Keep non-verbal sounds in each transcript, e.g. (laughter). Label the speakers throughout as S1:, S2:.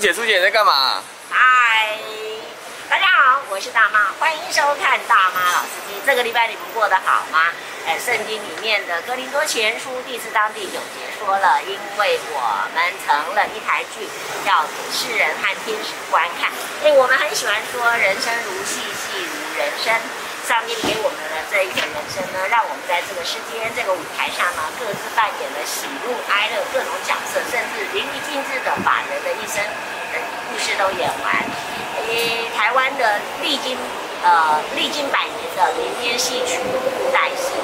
S1: 姐，苏姐你在干嘛？
S2: 嗨，大家好，我是大妈，欢迎收看《大妈老司机》。这个礼拜你们过得好吗？哎，圣经里面的《哥林多前书》第四章第九节说了，因为我们成了一台剧，要给世人和天使观看。哎，我们很喜欢说“人生如戏，戏如人生”。上帝给我们的这一个人生呢，让我们在这个世间这个舞台上呢，各自扮演了喜怒哀乐各种角色，甚至淋漓尽致的把人的一生的故事都演完。诶，台湾的历经呃历经百年的呃民间戏曲古代戏，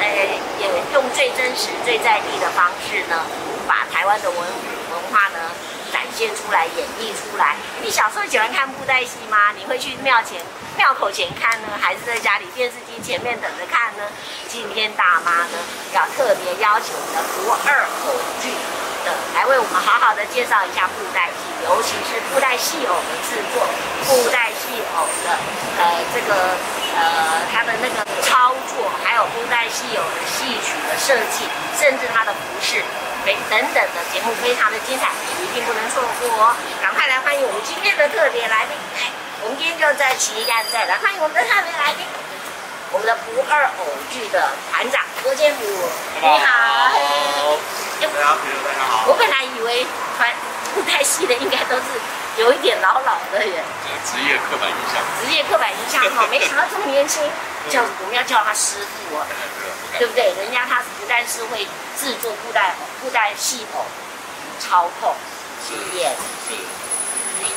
S2: 呃，也用最真实、最在地的方式呢，把台湾的文文化呢展现出来、演绎出来。你小时候喜欢看布袋戏吗？你会去庙前、庙口前看呢，还是在家里电视机前面等着看呢？今天大妈呢，要特别邀请我们的不二偶剧的来为我们好好的介绍一下布袋戏，尤其是布袋戏偶的制作，布袋戏偶的呃这个呃它的那个操作，还有布袋戏偶的戏曲的设计，甚至它的服饰。等等的节目非常的精彩，你一定不能错过哦！赶快来欢迎我们今天的特别来宾，来，我们今天就在奇案再来欢迎我们的特别来宾，我们的不二偶剧的团长郭建武，你好。
S3: 大家好，大家
S2: 我
S3: 好。
S2: 本来以为团布袋戏的应该都是有一点老老的人，
S3: 这个职业刻板印象，
S2: 职业刻板印象哈，没想到这么年轻，叫我们要叫他师傅哦。
S3: 大家不要不敢
S2: 对不对？人家他不但是会制作布袋布袋系统、操控、去演、去，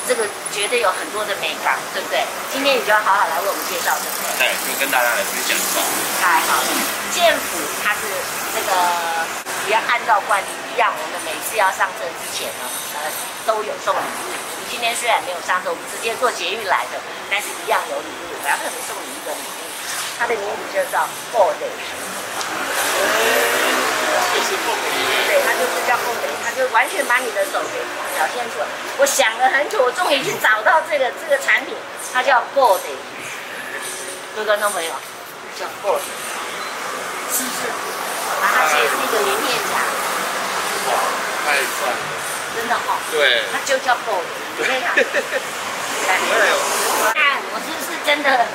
S2: 这个绝对有很多的美感，对不对？今天你就要好好来为我们介绍，对不对？
S3: 对，就跟大家来分享一下。
S2: 太好了，剑谱它是那个，也要按照惯例一样，我们每次要上车之前呢，呃，都有送礼物。我们今天虽然没有上车，我们直接坐捷运来的，但是一样有礼物。我要特别送你一个礼物，它的名字就叫“后垒石”。
S3: 这是后面
S2: 对，他就是叫后腿，他就完全把你的手给表现出来。我想了很久，我终于去找到这个这个产品，它叫后腿。各位观众朋友，叫后腿，是不是？啊，它其实是一个名片夹，
S3: 哇，太帅了。
S2: 真的哦，
S3: 对。
S2: 它就叫后腿。我跟你讲，
S3: 哎呦，
S2: 看我是不是真的？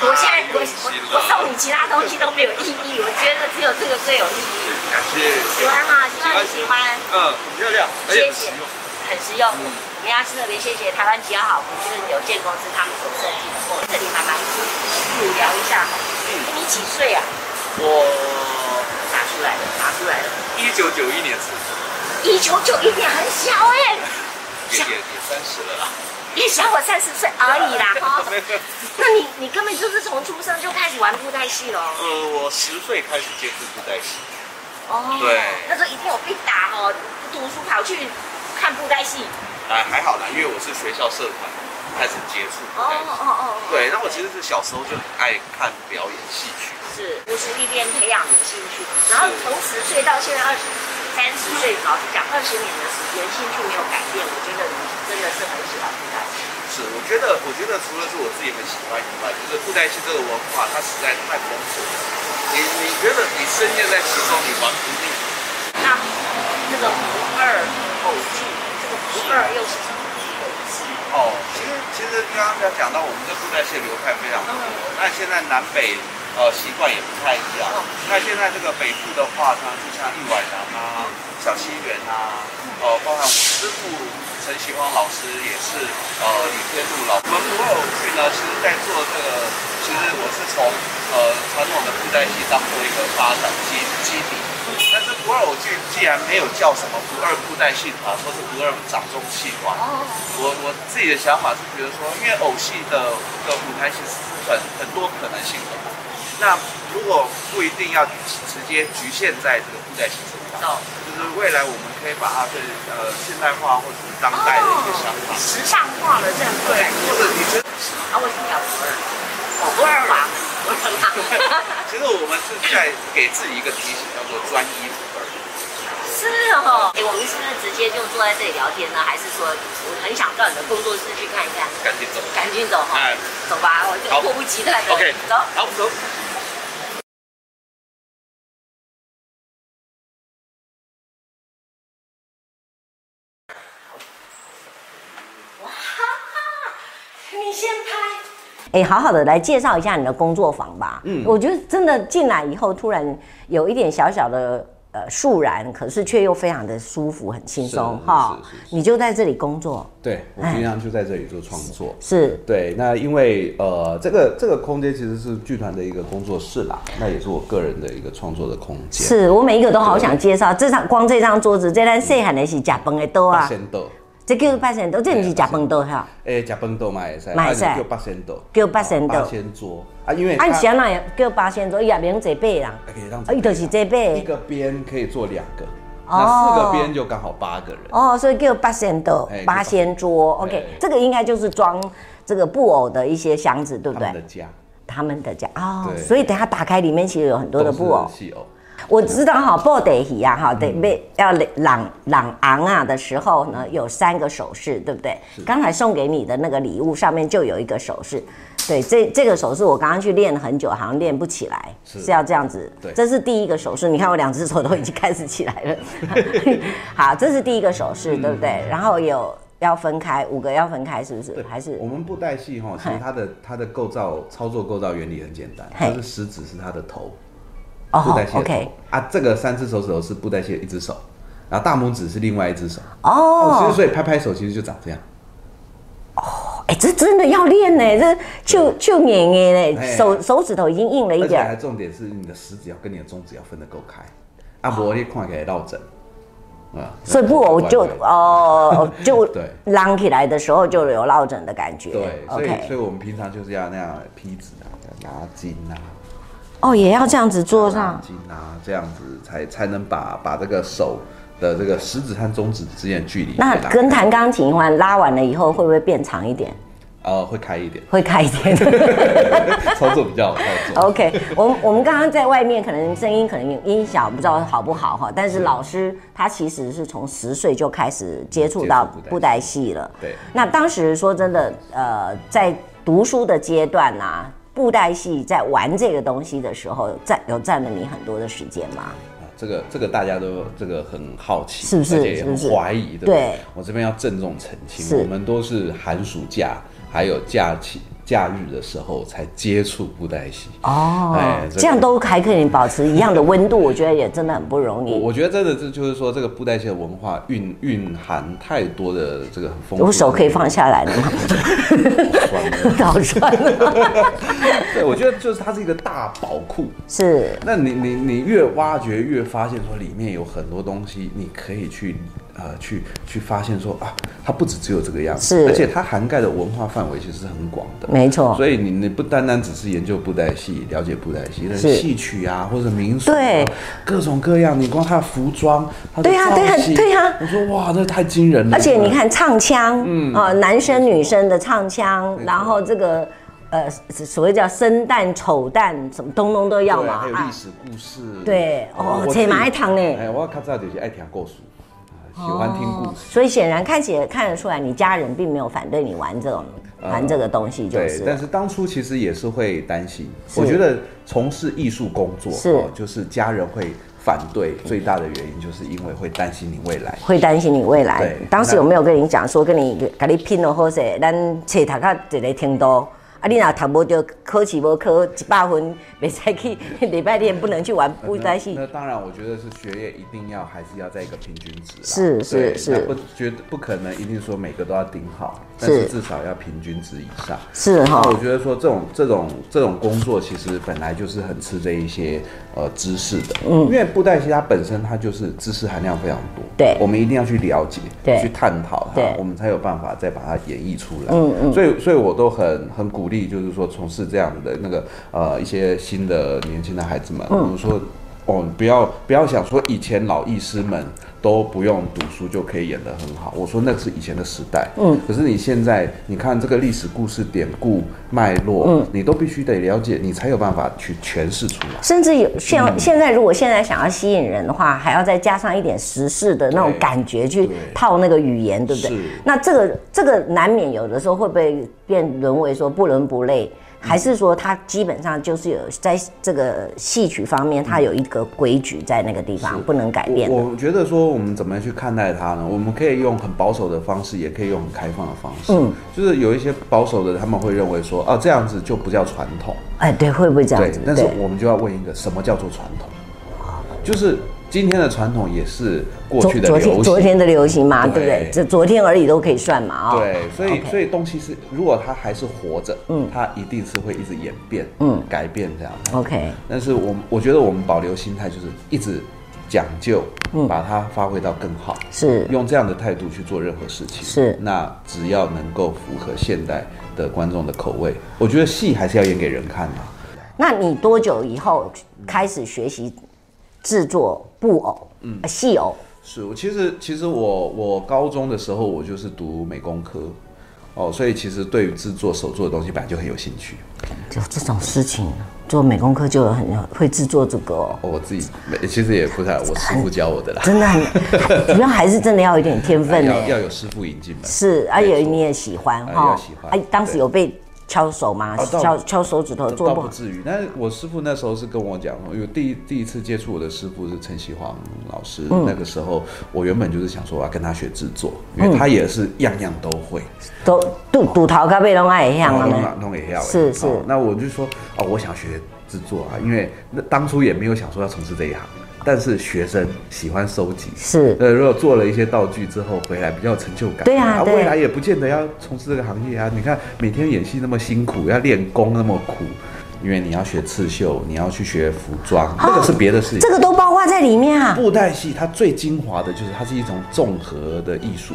S2: 我现在我我我送你其他东西都没有意义，我觉得只有这个最有意义。
S3: 感谢。
S2: 喜欢哈，希望你喜欢。
S3: 嗯，很漂亮，而且很实用。
S2: 很实用。我们要特别谢谢台湾吉好，就是有限公司他们所设计的。我这里慢慢去聊一下。哎你几岁啊？
S3: 我
S2: 拿出来了，拿出来了。
S3: 一九九一年是，
S2: 一九九一年很小哎、
S3: 也也也三十了啦。
S2: 也小我三十岁而已啦 (laughs) 哈、
S3: 没有没有
S2: 那你你根本就是从出生就开始玩布袋戏喽？
S3: 呃，我十岁开始接触布袋戏。
S2: 哦
S3: 对
S2: 那时候一定有被打哦，不读书跑去看布袋戏。
S3: 哎，还好啦，因为我是学校社团开始接触布
S2: 哦
S3: 袋戏。
S2: 哦哦哦。
S3: 对，那我其实是小时候就很爱看表演戏曲。
S2: 是不是一边培养你的兴趣，然后从十岁到现在二十三十岁，老实讲，二十年的时间兴趣没有改变，我觉得你真的是很喜欢布袋戏。
S3: 是，我觉得，我觉得除了是我自己很喜欢以外，就是布袋戏这个文化，它实在太丰富了。你你觉得你深陷在其中，你玩不腻。
S2: 那这个不二偶剧，这个不二又是什么偶剧？
S3: 哦，其实其实刚刚讲到我们这布袋戏流派非常多，那现在南北呃习惯也不太一样。那现在这个北部的话，它就像玉碗郎啊、小西园啊，呃，包含我师傅陈其光老师也是呃李天禄老师。我们不偶剧呢，其实在做这个，其实我是从呃传统的布袋戏当做一个发展基基底。但是不二偶剧既然没有叫什么不二布袋戏团，或是不二掌中戏团，
S2: 哦，
S3: 我我自己的想法是觉得说，因为偶戏的的舞台其实是很很多可能性的，那如果不一定要直接局限在这个布袋戏身上，
S2: 懂。
S3: 就是未来我们可以把它对呃现代化或者是当代的一个想法，
S2: 时尚化了这样
S3: 对
S2: 对，，
S3: 或者你觉得，
S2: 啊，为什么叫不二？哦，不二吧，不二吧。
S3: 其实我们是在给自己一个提醒，叫做专一不二。
S2: (laughs) 是哦，哎，我们是不是直接就坐在这里聊天呢？还是说我很想到你的工作室去看一看？
S3: 赶紧走，
S2: 赶紧走哈、
S3: 哎
S2: 走吧，我就
S3: 好
S2: 迫不及待的。
S3: ，OK，
S2: 走。
S3: 好，走。
S4: 你先拍。
S2: 哎，好好的来介绍一下你的工作坊吧。嗯，我觉得真的进来以后，突然有一点小小的呃肃然，可是却又非常的舒服，很轻松
S3: 是
S2: 哈
S3: 是是。
S2: 你就在这里工作，
S3: 对我
S2: 哎
S3: 平常就在这里做创作。
S2: 是
S3: 对，那因为呃，这个这个空间其实是剧团的一个工作室啦，那也是我个人的一个创作的空间。
S2: 是，啊我每一个都好想介绍。这张光这张桌子，这张细汉的是假饭的桌
S3: 八
S2: 啊，
S3: 仙豆，
S2: 这叫八仙桌，这不是假饭桌哈，
S3: 诶，假崩豆嘛也是，
S2: 嘛会使
S3: 啊你叫八仙豆，
S2: 叫八仙豆
S3: 八仙桌啊，因为它哎
S2: 按前那也叫八仙桌，也免坐八人，
S3: 可以让
S2: 啊，伊就是这八
S3: 一
S2: 个，
S3: 个边可以坐两个，
S2: 哦
S3: 那四个边就刚好八个人。
S2: 哦，所以叫八仙桌
S3: 哎、
S2: 八仙桌。
S3: 哎
S2: OK，这个应该就是装这个布偶的一些箱子，对不
S3: 他
S2: 对
S3: 们？的家
S2: 他们的家哦，
S3: 对
S2: 所以等一下打开里面其实有很多的布偶
S3: 都是。嗯戏偶，
S2: 我知道哈，布袋戏啊哈，得被要朗朗昂啊的时候呢，有三个手势，对不对？刚才送给你的那个礼物上面就有一个手势，对，这这个手势我刚刚去练了很久，好像练不起来，
S3: 是
S2: 是要这样子。
S3: 对
S2: 这是第一个手势，你看我两只手都已经开始起来
S3: (laughs)
S2: 了。 (laughs) 好，这是第一个手势，
S3: 嗯
S2: 对不对？然后有要分开五个要分开，是不是？还是
S3: 我们布袋戏哈，其
S2: 嘿
S3: 实它的它的构造操作构造原理很简单，
S2: 嘿
S3: 就是食指是它的头，布
S2: 哦
S3: 袋戏的
S2: ，OK，
S3: 头啊，这个三只手指头是布袋戏的一只手，然后大拇指是另外一只手。哦，其实
S2: 哦，
S3: 所以拍拍手其实就长这样，
S2: 哎，这真的要练呢，这就就黏黏呢，
S3: 嗯哎
S2: 手手指头已经硬了一
S3: 而且
S2: 点儿
S3: 还。重点是你的食指要跟你的中指要分得够开，啊，不然你看起来落枕，啊，
S2: 哦所以布偶就
S3: 怪怪的 (laughs)
S2: 哦，就
S3: 对
S2: 浪起来的时候就有落枕的感觉。
S3: 对，所以
S2: OK，
S3: 所以我们平常就是要那样披纸啊，拿巾啊，
S2: 哦，也要这样子做上
S3: 拿。巾啊，这样子才才能把把这个手的这个食指和中指之间的距离
S2: 那
S3: 给拉
S2: 跟弹钢琴一样，拉完了以后会不会变长一点？ (laughs)，
S3: 呃会开一点
S2: 会开一点。
S3: (laughs) 操作比较好操作。
S2: (laughs) OK，我们我们刚刚在外面可能声音可能有音小，不知道好不好哈。但是老师他其实是从十岁就开始接触到
S3: 接触
S2: 布
S3: 布
S2: 袋
S3: 袋
S2: 戏了。
S3: 对
S2: 那当时说真的，呃，在读书的阶段啊，布袋戏在玩这个东西的时候，占有占了你很多的时间吗？
S3: 啊这个这个大家都这个很好奇，
S2: 是不是
S3: 而且也很
S2: 是不是
S3: 怀疑，对不
S2: 对
S3: 对？我这边要郑重澄
S2: 是
S3: 清，我们都是寒暑假还有假期假日的时候才接触布袋戏。
S2: 哦，
S3: 哎这个
S2: 这样都还可以保持一样的温度，我觉得也真的很不容
S3: 我
S2: 易。
S3: 我觉得真的这就是说，这个布袋戏的文化蕴蕴含太多的这个很丰富。
S2: 我手可以放，下来了吗？好 (laughs) 酸啊！
S3: 对，我觉得就是它是一个大宝库。
S2: 是
S3: 那你你你越挖掘越发现说里面有很多东西，你可以去呃去去发现说啊，它不止只有这个样子，
S2: 是
S3: 而且它涵盖的文化范围其实是很广的。
S2: 没错
S3: 所以你你不单单只是研究布袋戏、了解布袋戏，但
S2: 是
S3: 戏曲啊或者民俗、啊，
S2: 对，
S3: 各种各样，你光它的服装，它的
S2: 对啊对啊
S3: 造型
S2: 对啊
S3: 我说哇，这太惊人了。
S2: 而且你看唱腔，嗯啊、男生女生的唱腔，然后这个呃所谓叫生旦丑旦什么东东都要
S3: 对
S2: 嘛
S3: 还有
S2: 啊
S3: 历史故事。
S2: 对哦
S3: 我
S2: 切马一堂呢
S3: 哎，我较早就是爱听故事，啊喜欢听故事。
S2: 哦所以显然看起来看得出来，你家人并没有反对你玩这种、玩这个东西，就
S3: 啊对
S2: 是，
S3: 但
S2: 了
S3: 是当初其实也是会担心。
S2: 啊是
S3: 我觉得从事艺术工作，哦
S2: 是
S3: 就是家人会反对，最大的原因就是因为会担心你未来。
S2: 会担心你未来
S3: 对。
S2: 当时
S3: 那
S2: 有没有跟你讲说，跟你跟你拼了好势，咱册读到一个程度。啊，你若读无着，考试无考一百分，袂使去 (laughs) 礼拜天不能去玩布袋戏
S3: 那。那当然，我觉得是学业一定要还是要在一个平均值啦。
S2: 是
S3: 对
S2: 是是
S3: 那不绝不可能一定说每个都要顶好，但
S2: 是
S3: 是至少要平均值以上。
S2: 是哈
S3: 那我觉得说这种这种这种工作其实本来就是很吃这一些呃知识的，嗯，因为布袋戏它本身它就是知识含量非常多，
S2: 对
S3: 我们一定要去了解，
S2: 对
S3: 去探讨它
S2: 对，
S3: 我们才有办法再把它演绎出来，嗯嗯，所以所以我都很很鼓励，就是说从事这样的那个呃一些新的年轻的孩子们，比如说。哦，不要不要想说以前老艺师们都不用读书就可以演得很好，我说那是以前的时代。嗯，可是你现在你看这个历史故事典故脉络，嗯，你都必须得了解，你才有办法去诠释出来。
S2: 甚至有现、
S3: 嗯
S2: 现在，如果现在想要吸引人的话，还要再加上一点时事的那种
S3: 对
S2: 感觉去
S3: 对
S2: 套那个语言，对不对
S3: 是？
S2: 那这个这个难免有的时候会不会变沦为说不伦不类？
S3: 嗯
S2: 还是说它基本上就是有在这个戏曲方面，它有一个规矩在那个地方不能改变的？
S3: 我我觉得说，我们怎么去看待它呢？我们可以用很保守的方式，也可以用很开放的方式。
S2: 嗯
S3: 就是有一些保守的，他们会认为说，啊，这样子就不叫传统。
S2: 哎，对，会不会这样
S3: 对
S2: 子？，
S3: 但是我们就要问一个，什么叫做传统？就是今天的传统也是过
S2: 昨
S3: 去的
S2: 昨
S3: 流
S2: 天
S3: 行。
S2: 昨天的流行嘛，对
S3: 对
S2: 不对？这昨天而已都可以算嘛啊、哦。
S3: 对，所以
S2: OK
S3: 所以东西是，如果它还是活着，嗯，它一定是会一直演变，嗯，改变这样。
S2: OK，
S3: 但是我们我觉得我们保留心态就是一直讲究，
S2: 嗯
S3: 把它发挥到更好，
S2: 是
S3: 用这样的态度去做任何事情。
S2: 是
S3: 那只要能够符合现代的观众的口味，我觉得戏还是要演给人看嘛。
S2: 那你多久以后开始学习制作布偶、嗯、戏偶？
S3: 是，我其实其实我我高中的时候我就是读美工科，哦，所以其实对于制作手做的东西本来就很有兴趣。
S2: 就这种事情，做美工课就有很会制作这个、哦，
S3: 我自己没其实也不太，我师傅教我的啦，
S2: 真的很， (laughs) 主要还是真的要有一点天分呢
S3: 要。要有师傅引进门。
S2: 是，啊而且你也喜欢
S3: 哎
S2: 哈
S3: 要喜。欢
S2: 哎，当时
S3: 对
S2: 有被敲手吗？
S3: 啊当然
S2: 敲敲手指头
S3: 这
S2: 呃做
S3: 倒
S2: 不
S3: 不
S2: 好。
S3: 至于，但是我师傅那时候是跟我讲，因为第一第一次接触我的师傅是陈希煌老师，
S2: 嗯
S3: 那个时候我原本就是想说我要跟他学制作，因
S2: 嗯
S3: 为他也是样样都会，
S2: 都赌赌陶咖啡拢爱一样了
S3: 弄
S2: 呢。
S3: 弄也要欸
S2: 是是
S3: 哦那我就说哦，我想学制作啊，因为那当初也没有想说要从事这一行，但是学生喜欢收集，
S2: 是
S3: 呃，如果做了一些道具之后回来比较有成就感，
S2: 对啊对
S3: 未来也不见得要从事这个行业啊。你看每天演戏那么辛苦，要练功那么苦，因为你要学刺绣，你要去学服装，这个是别的事情。
S2: 哦这个都包括在里面啊，
S3: 布袋戏它最精华的就是它是一种综合的艺术，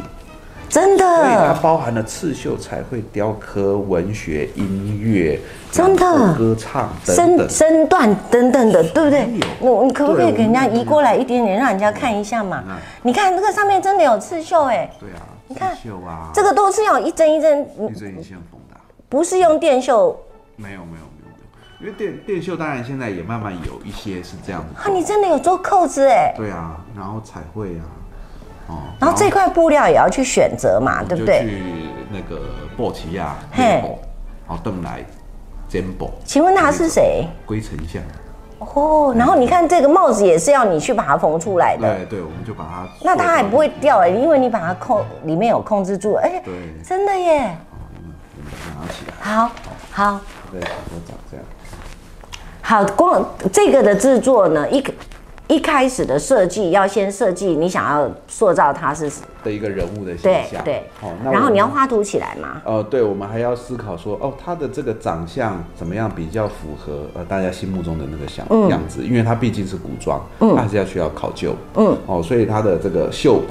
S2: 真
S3: 所以它
S2: 的。
S3: 包含了刺绣、彩绘、雕刻、文学、音乐，
S2: 真的
S3: 然后歌唱等等
S2: 身。身段等等的，对不对
S3: 没有？
S2: 我你可不可以
S3: 对
S2: 给人家
S3: 我们
S2: 移过来一点点，让人家看一下嘛
S3: 嗯？
S2: 你看这个上面真的有刺绣哎，
S3: 对啊，
S2: 你看
S3: 刺绣啊，
S2: 这个都是要一针一针，
S3: 一针一线缝的啊、
S2: 不是用电绣
S3: 没有没有没有没有，因为电电绣当然现在也慢慢有一些是这样子做
S2: 啊！你真的有做扣子哎，
S3: 对啊，然后彩绘啊，哦，
S2: 然后这块布料也要去选择嘛，啊对不
S3: 就
S2: 对？
S3: 去那个波奇亚、
S2: 嘿
S3: 日本，哦，邓来、柬埔
S2: 请问他是谁？
S3: 龟丞相，
S2: 哦，然后你看这个帽子也是要你去把它缝出来的，
S3: 对对，我们就把它
S2: 那
S3: 塑造
S2: 它还不会掉哎、因为你把它控里面有控制住，而且
S3: 对
S2: 真的耶，
S3: 拿起来，
S2: 好好
S3: 对，我长这样。
S2: 好，光这个的制作呢，一一开始的设计要先设计你想要塑造它是，
S3: 的一个人物的形
S2: 对
S3: 象，
S2: 对
S3: 好、那
S2: 然后
S3: 我
S2: 你要
S3: 们
S2: 画图起来嘛，
S3: 呃，对，我们还要思考说，哦，他的这个长相怎么样比较符合呃大家心目中的那个想、
S2: 嗯
S3: 样子？因为他毕竟是古装，他还是要需要考究，嗯，哦，所以他的这个绣谱，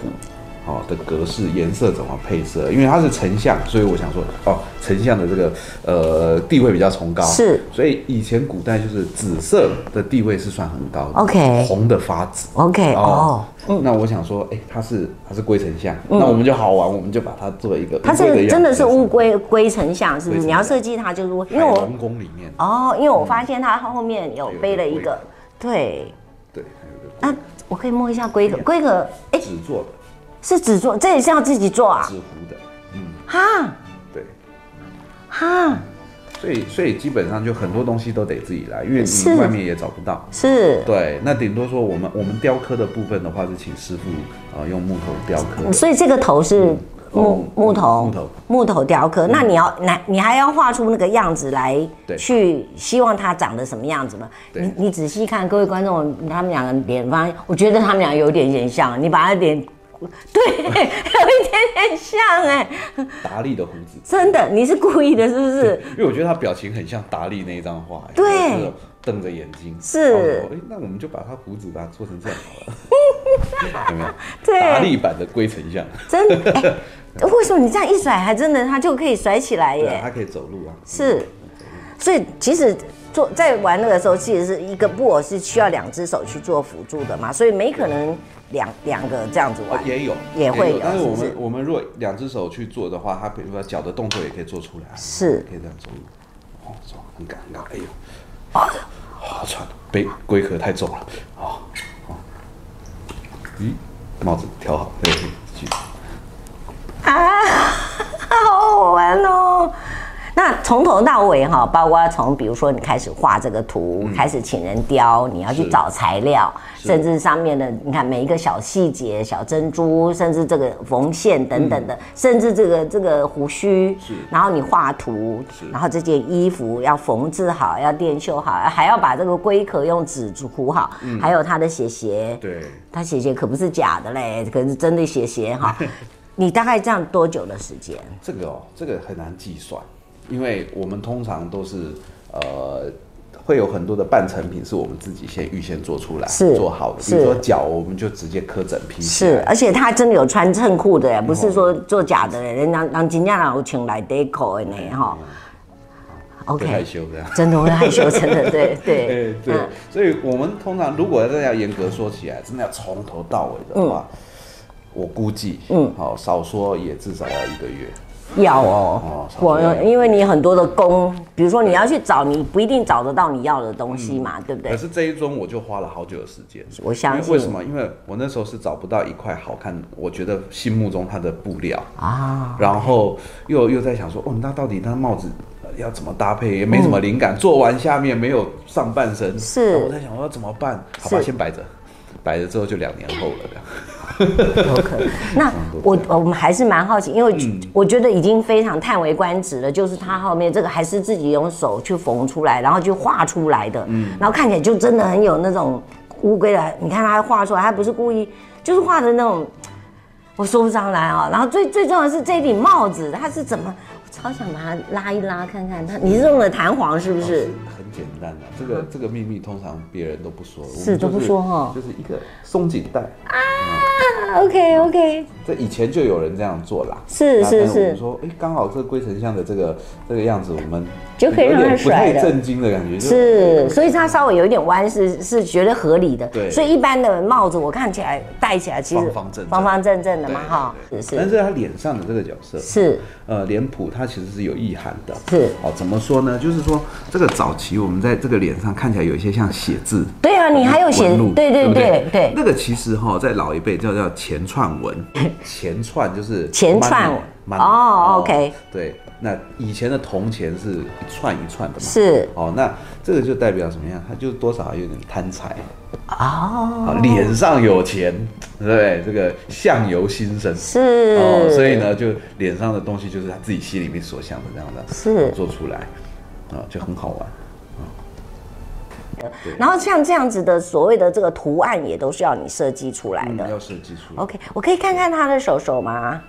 S3: 哦的格式、颜色怎么配色？因为它是丞相，所以我想说，哦，丞相的这个呃地位比较崇高，
S2: 是，
S3: 所以以前古代就是紫色的地位是算很高的
S2: OK
S3: 红的发紫
S2: OK，哦，嗯
S3: 那我想说，哎、他是他是龟丞相，那我们就好玩，我们就把它做一个
S2: 它
S3: 乌龟
S2: 是
S3: 样
S2: 真的
S3: 子
S2: 是乌龟龟丞相，是不
S3: 龟
S2: 是？
S3: 丞
S2: 你要
S3: 相
S2: 设计它就是乌，因
S3: 海
S2: 为我
S3: 龙宫里面，
S2: 哦，因为我发现它后面有背了一个，
S3: 嗯
S2: 对，
S3: 对，还有一个
S2: 那我可以摸一下龟壳，龟壳，哎，
S3: 纸做的，
S2: 是纸做，这也是要自己做啊
S3: 纸，糊的，嗯，
S2: 哈
S3: 对，
S2: 哈，
S3: 所以所以基本上就很多东西都得自己来，因为
S2: 是
S3: 你外面也找不到。
S2: 是。
S3: 对，那顶多说我们我们雕刻的部分的话是请师傅呃用木头雕刻的，
S2: 所以这个头是木
S3: 哦
S2: 木头
S3: 木头嗯
S2: 木头雕刻，那你要那你还要画出那个样子来，
S3: 对
S2: 去希望它长得什么样子嘛？
S3: 对
S2: 你你仔细看，各位观众，他们两个脸发现，我觉得他们俩有点点像，啊你把他脸。 (laughs) 对，有一点点像哎、
S3: 达利的胡子，
S2: 真的，你是故意的，是不是？
S3: 因为我觉得他表情很像达利那一张画，
S2: 对
S3: 就是瞪着眼睛，
S2: 是
S3: 然后我说哎，那我们就把他胡子把它做成这样好了， (laughs) 有没有？
S2: 对
S3: 达利版的龟丞相，
S2: 真的、哎为什么你这样一甩，还真的它就可以甩起来
S3: 对
S2: 耶
S3: 啊，？他可以走路啊，
S2: 是，所以其实做在玩那个时候，其实是一个布偶是需要两只手去做辅助的嘛，所以没可能两两个这样子玩
S3: 哦。也有，
S2: 也会有
S3: 但是我
S2: 是不
S3: 们
S2: 是
S3: 我们若两只手去做的话，它比如说脚的动作也可以做出来啊，
S2: 是
S3: 可以这样做。哦，走，很尴尬，哎呦，好喘，哦被龟壳太重了，哦，哦，咦，帽子调好，对，继续
S2: 啊，好好玩哦！那从头到尾哈，包括从比如说你开始画这个图，开始请人雕，你要
S3: 嗯
S2: 去
S3: 是
S2: 找材料，
S3: 是
S2: 甚至上面的你看每一个小细节、小珍珠，甚至这个缝线等等的，甚至这个这个胡须，
S3: 嗯是
S2: 然后你画图，
S3: 是
S2: 然后这件衣服要缝制好，要电绣好，还要把这个龟壳用纸糊好，还有它的写鞋，
S3: 嗯对，
S2: 他写写可不是假的嘞，可是真的写
S3: (laughs)
S2: 写哈。你大概这样多久的时间？
S3: 这个哦，这个很难计算，因为我们通常都是呃。会有很多的半成品是我们自己先预先做出来、
S2: 是
S3: 做好的，比
S2: 是
S3: 如说脚，我们就直接刻整批起
S2: 是
S3: 来，，
S2: 而且他真的有穿衬裤的耶，不是说做假的人，人家让金家老请来 deco 的呢哈。
S3: 会害
S2: OK，
S3: 羞这样。
S2: 真的会害羞，真的对
S3: 哎
S2: 对
S3: 对
S2: 嗯，
S3: 所以我们通常如果真的要严格说起来，真的要从头到尾的
S2: 嗯
S3: 话，我估计，嗯，好，少说也至少要一个月。
S2: 要哦
S3: 哦，差不多
S2: 我因为你很多的工，比如说你要去找，你不一定找得到你要的东西嘛，对不
S3: 可
S2: 对？
S3: 是这一宗我就花了好久的时间，
S2: 我相信
S3: 因为为什么？因为我那时候是找不到一块好看，我觉得心目中它的布料，
S2: 啊，
S3: 然后又又在想说，哦，那到底那帽子呃要怎么搭配？也没什么灵感，做完下面没有上半身，
S2: 是
S3: 然后我在想我要怎么办？好吧，
S2: 是
S3: 先摆着，摆着之后就两年后了这样。
S2: 有可能。那我我们还是蛮好奇，因为我觉得已经非常叹为观止了，就是他后面这个还是自己用手去缝出来，然后去画出来的，然后看起来就真的很有那种乌龟的。你看他画出来，他不是故意，就是画的那种，我说不上来啊、然后最最重要的是这顶帽子，它是怎么？我超想把它拉一拉看看它，你是用了弹簧是不
S3: (laughs)
S2: 是？
S3: 很简单的、这个这个秘密通常别人都不说，我们
S2: 是都不
S3: 就是
S2: 说哦哈
S3: 就是一个松紧带。
S2: 啊，OK OK，
S3: 这以前就有人这样做啦，
S2: 是
S3: 那
S2: 是
S3: 但我
S2: 是
S3: 们说，哎，刚好这个龟丞相的这个这个样子，我们
S2: 就可以
S3: 有
S2: 让
S3: 点
S2: 它
S3: 不
S2: 甩
S3: 太
S2: 了，
S3: 震惊的感觉，就是哎
S2: 所以它稍微有一点弯是是觉得合理的。
S3: 对
S2: 所以一般的帽子我看起来戴起来其实
S3: 方方正正
S2: 方方正正的嘛
S3: 对
S2: 哈，
S3: 对
S2: 是
S3: 但
S2: 是
S3: 是他脸上的这个角色，
S2: 是
S3: 呃，脸谱它其实是有意涵的。
S2: 是
S3: 哦，怎么说呢？就是说，这个早期我们在这个脸上看起来有一些像写字，
S2: 对啊，你还有写
S3: 纹路
S2: 对对
S3: 不
S2: 对对
S3: 那个其实哈，在老一辈叫叫前串
S2: (laughs)
S3: 纹，前串就是
S2: 前串
S3: money，money，
S2: 哦，OK
S3: 对，那以前的铜钱是一串一串的嘛，
S2: 是
S3: 哦，那这个就代表什么样？它就多少有点贪财
S2: 哦
S3: 啊，脸上有钱，对不对？这个相由心生。
S2: 是
S3: 哦，所以，呢，就脸上的东西就是他自己心里面所想的这样的，
S2: 是
S3: 做出来，啊、就很好玩。
S2: 然后像这样子的所谓的这个图案也都是要你设计出来
S3: 嗯，
S2: 的
S3: 要。设计出来。
S2: OK，我可以看看他的手手吗？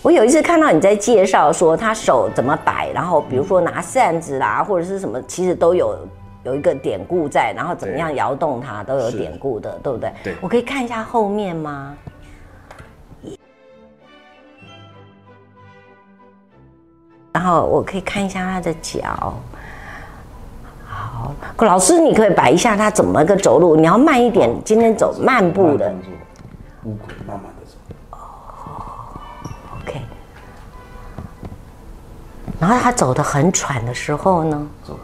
S2: 我有一次看到你在介绍说他手怎么摆，然后比如说拿扇子啦，或者是什么，其实都有有一个典故在，然后怎么样摇动它都有
S3: 是
S2: 典故的，对不对？
S3: 对
S2: 我可以看一下后面吗？然后我可以看一下他的脚。好，老师，你可以摆一下他怎么个走路？你要慢一点，今天走慢步的
S3: 慢。慢做，乌龟慢慢的走。
S2: OK。然后他走得很喘的时候呢，
S3: 走，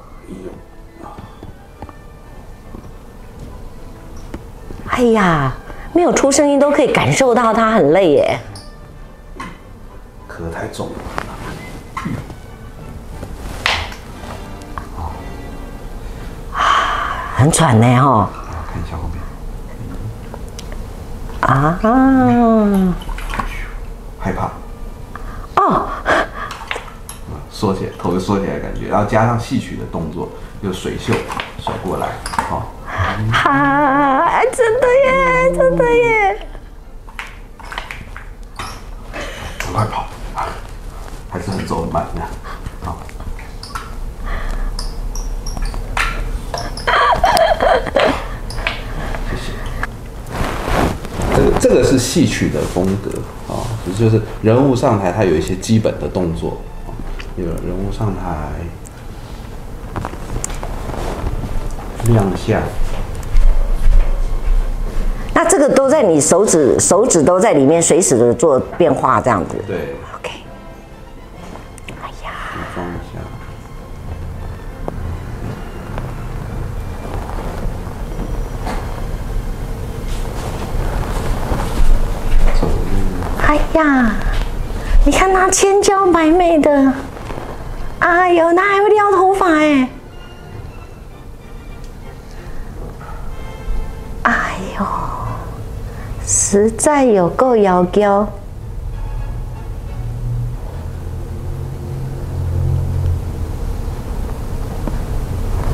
S2: 哎呀，没有出声音都可以感受到他很累耶。
S3: 壳太重了。
S2: 很喘呢，哦哈
S3: 看一下后面，
S2: 啊，
S3: 啊害怕。哦。缩起来，头就缩起来的感觉，然后加上戏曲的动作，就水袖甩过来，好、
S2: 哈、啊，真的耶，真的耶，
S3: 赶快跑，啊还是很走很慢的，好、谢谢。这个这个是戏曲的风格啊、也就是人物上台，他有一些基本的动作，啊有人物上台，亮相，
S2: 那这个都在你手指手指都在里面随时的做变化这样子。
S3: 对，
S2: OK，哎呀，
S3: 武装一下。走路
S2: 哎呀，你看她千娇百媚的，哎呦，她还会撩头发哎，哎呦，实在有够妖娇。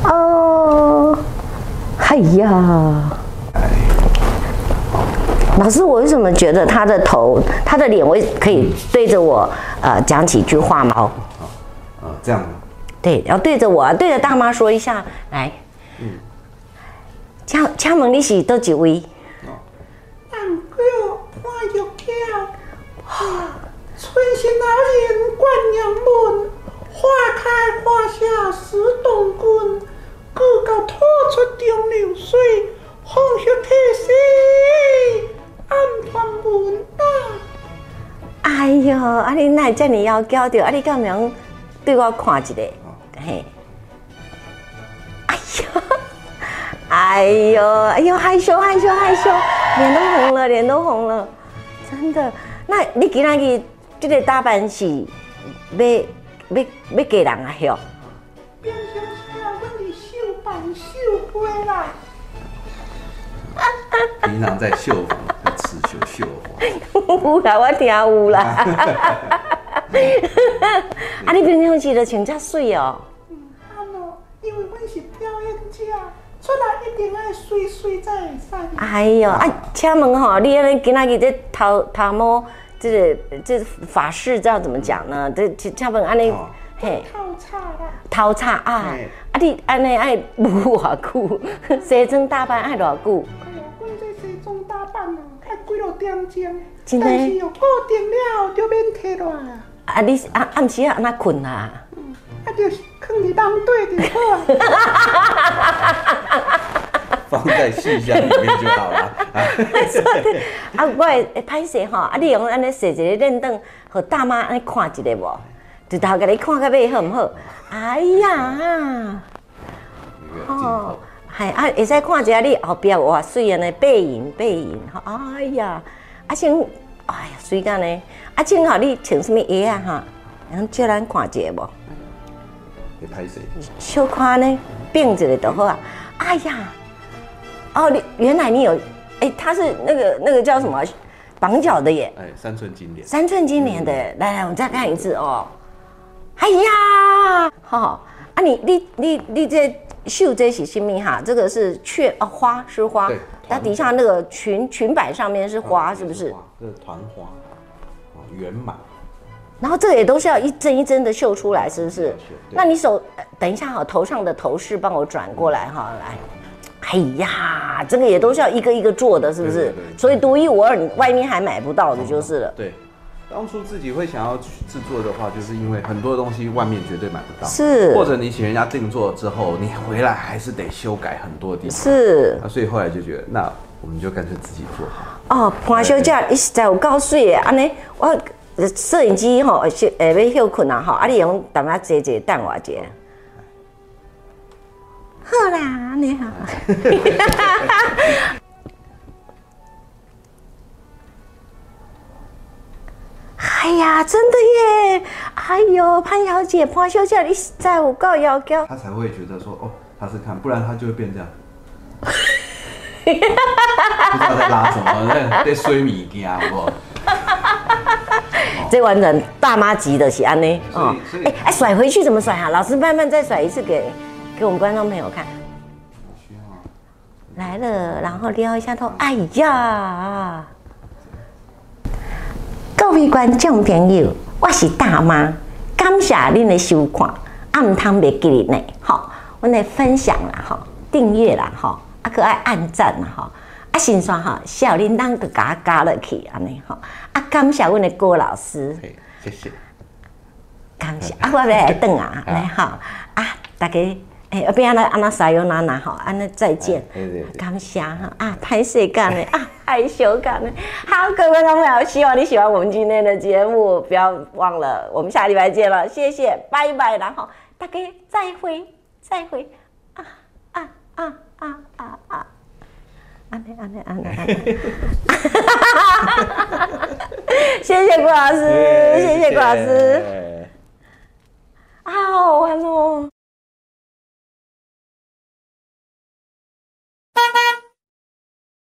S2: 哦，哎呀。老师，我为什么觉得他的头、他的脸，我可以对着我呃讲几句话吗？哦
S3: 呃，这样吗，
S2: 对，要对着我，对着大妈说一下，来。请请问你是多几位？
S4: 但叫我玉啊娇，春心老人灌阳门，花开花谢始动君，故到吐出中流水，风雪退西，暗传文大。
S2: 哎哟，啊你哪会这么要娇着？啊你敢不能对我看一下？嘿，哎呦，哎呦，哎呦，害羞害羞害羞，脸都红了，脸都红了，真的。那你今仔日这个打扮是要要要嫁人啊？哟，
S4: 变成车，阮是绣板绣花啦。
S3: 平常在绣房在刺绣绣花，
S2: 有啦，我听有啦。啊，你平常时就穿遮水哦。
S4: 嗯，啊喏，因为阮是表演者，出来一定爱水水才会使。
S2: 哎哟，啊，请问吼、你安尼今仔日这头头毛，这个这法式这样怎么讲呢？这这请问安尼、
S3: 嗯哦
S2: 嘿，
S4: 套叉啦，
S2: 头插啊
S3: 嘿，
S2: 啊你安尼爱舞偌久， (laughs) 西装打扮爱偌久，
S4: 哎呀，阮这西装打扮啊，爱几落点钟，
S2: 真的
S4: 但是若固定了就免摕落来啊，
S2: 啊你是啊暗时啊安那困啊？
S4: 啊就是放伫房底就好啊。
S3: 放在信箱里面就
S2: (laughs)
S3: 好了。啊
S2: 啊，我会会歹势吼，啊，你用安尼坐一个练凳，互大妈安尼看一个无？对头，甲你看到尾好毋好？哎呀，
S3: 有没有镜头，
S2: 哦系啊，会使看一下你后壁哇水安尼背影背影，吼哎呀，啊先，哎呀，水干呢？啊，正好你穿什么鞋啊？哈，能叫咱看一下无？
S3: 你拍谁？
S2: 小看呢，变一个就好啊。哎呀，哦，你原来你有，哎，他是那个那个叫什么绑脚的耶？
S3: 哎，三寸金莲。
S2: 三寸金莲的，
S3: 嗯
S2: 来来，我们再看一次哦。哎呀，好、啊你，你你你这绣这是新密哈，这个是雀哦，花是花
S3: 对，
S2: 它底下那个裙裙摆上面是花，是不是？
S3: 花？这是团花，啊，圆满。
S2: 然后这个也都是要一针一针的绣出来，是不是
S3: 对？
S2: 那你手、呃等一下哈，头上的头饰帮我转过来
S3: 嗯
S2: 哈，来。哎呀，这个也都是要一个一个做的，是不是？
S3: 对对对嗯
S2: 所以独一无二，你外面还买不到的就是了。
S3: 对，当初自己会想要去制作的话，就是因为很多东西外面绝对买不到，
S2: 是
S3: 或者你请人家定做之后，你回来还是得修改很多地方。
S2: 是。
S3: 啊，所以后来就觉得，那我们就干脆自己做好。
S2: 哦，潘小姐，你实在有够水的，安尼我摄影机吼，呃是下要休困啊吼，啊你用淡仔坐坐等我一下。好啦，安尼好。 (laughs) 哎呀，真的耶！哎呦，潘小姐、潘小姐，你实在有够要求。
S3: 他才会觉得说，哦，他是看，不然他就会变这样。 (laughs) 不知道在拉什么，在在衰米羹，好不好？
S2: 这完整大妈级的是安呢，
S3: 所以所以
S2: 哎哎，甩回去怎么甩啊？老师慢慢再甩一次给给我们观众朋友看。
S3: 需要
S2: 来了，然后撩一下头，哎呀！各位观众朋友，我是大妈，感谢恁的收看，啊毋通袂记哩呢，吼，阮的分享啦，吼，订阅啦，吼，啊可爱按赞啦，吼，啊先说吼，小铃铛就甲我加落去安尼吼，啊感谢阮的郭老师。
S3: 嘿，谢谢。
S2: 感谢啊，我要来等啊，来好啊，大家诶，要不要来安那撒由那那好，安那再见
S3: 哎对对对，
S2: 感谢哈啊，拍摄感的啊， (laughs) 害羞感的，好，各位观众朋友，希望你喜欢我们今天的节目，不要忘了我们下礼拜见了，谢谢，拜拜，然后大家再会，再会啊啊啊啊啊啊， (laughs) 安尼安尼安尼安尼。谢谢顾老师，
S3: 耶
S2: 谢谢顾老师。
S3: 谢谢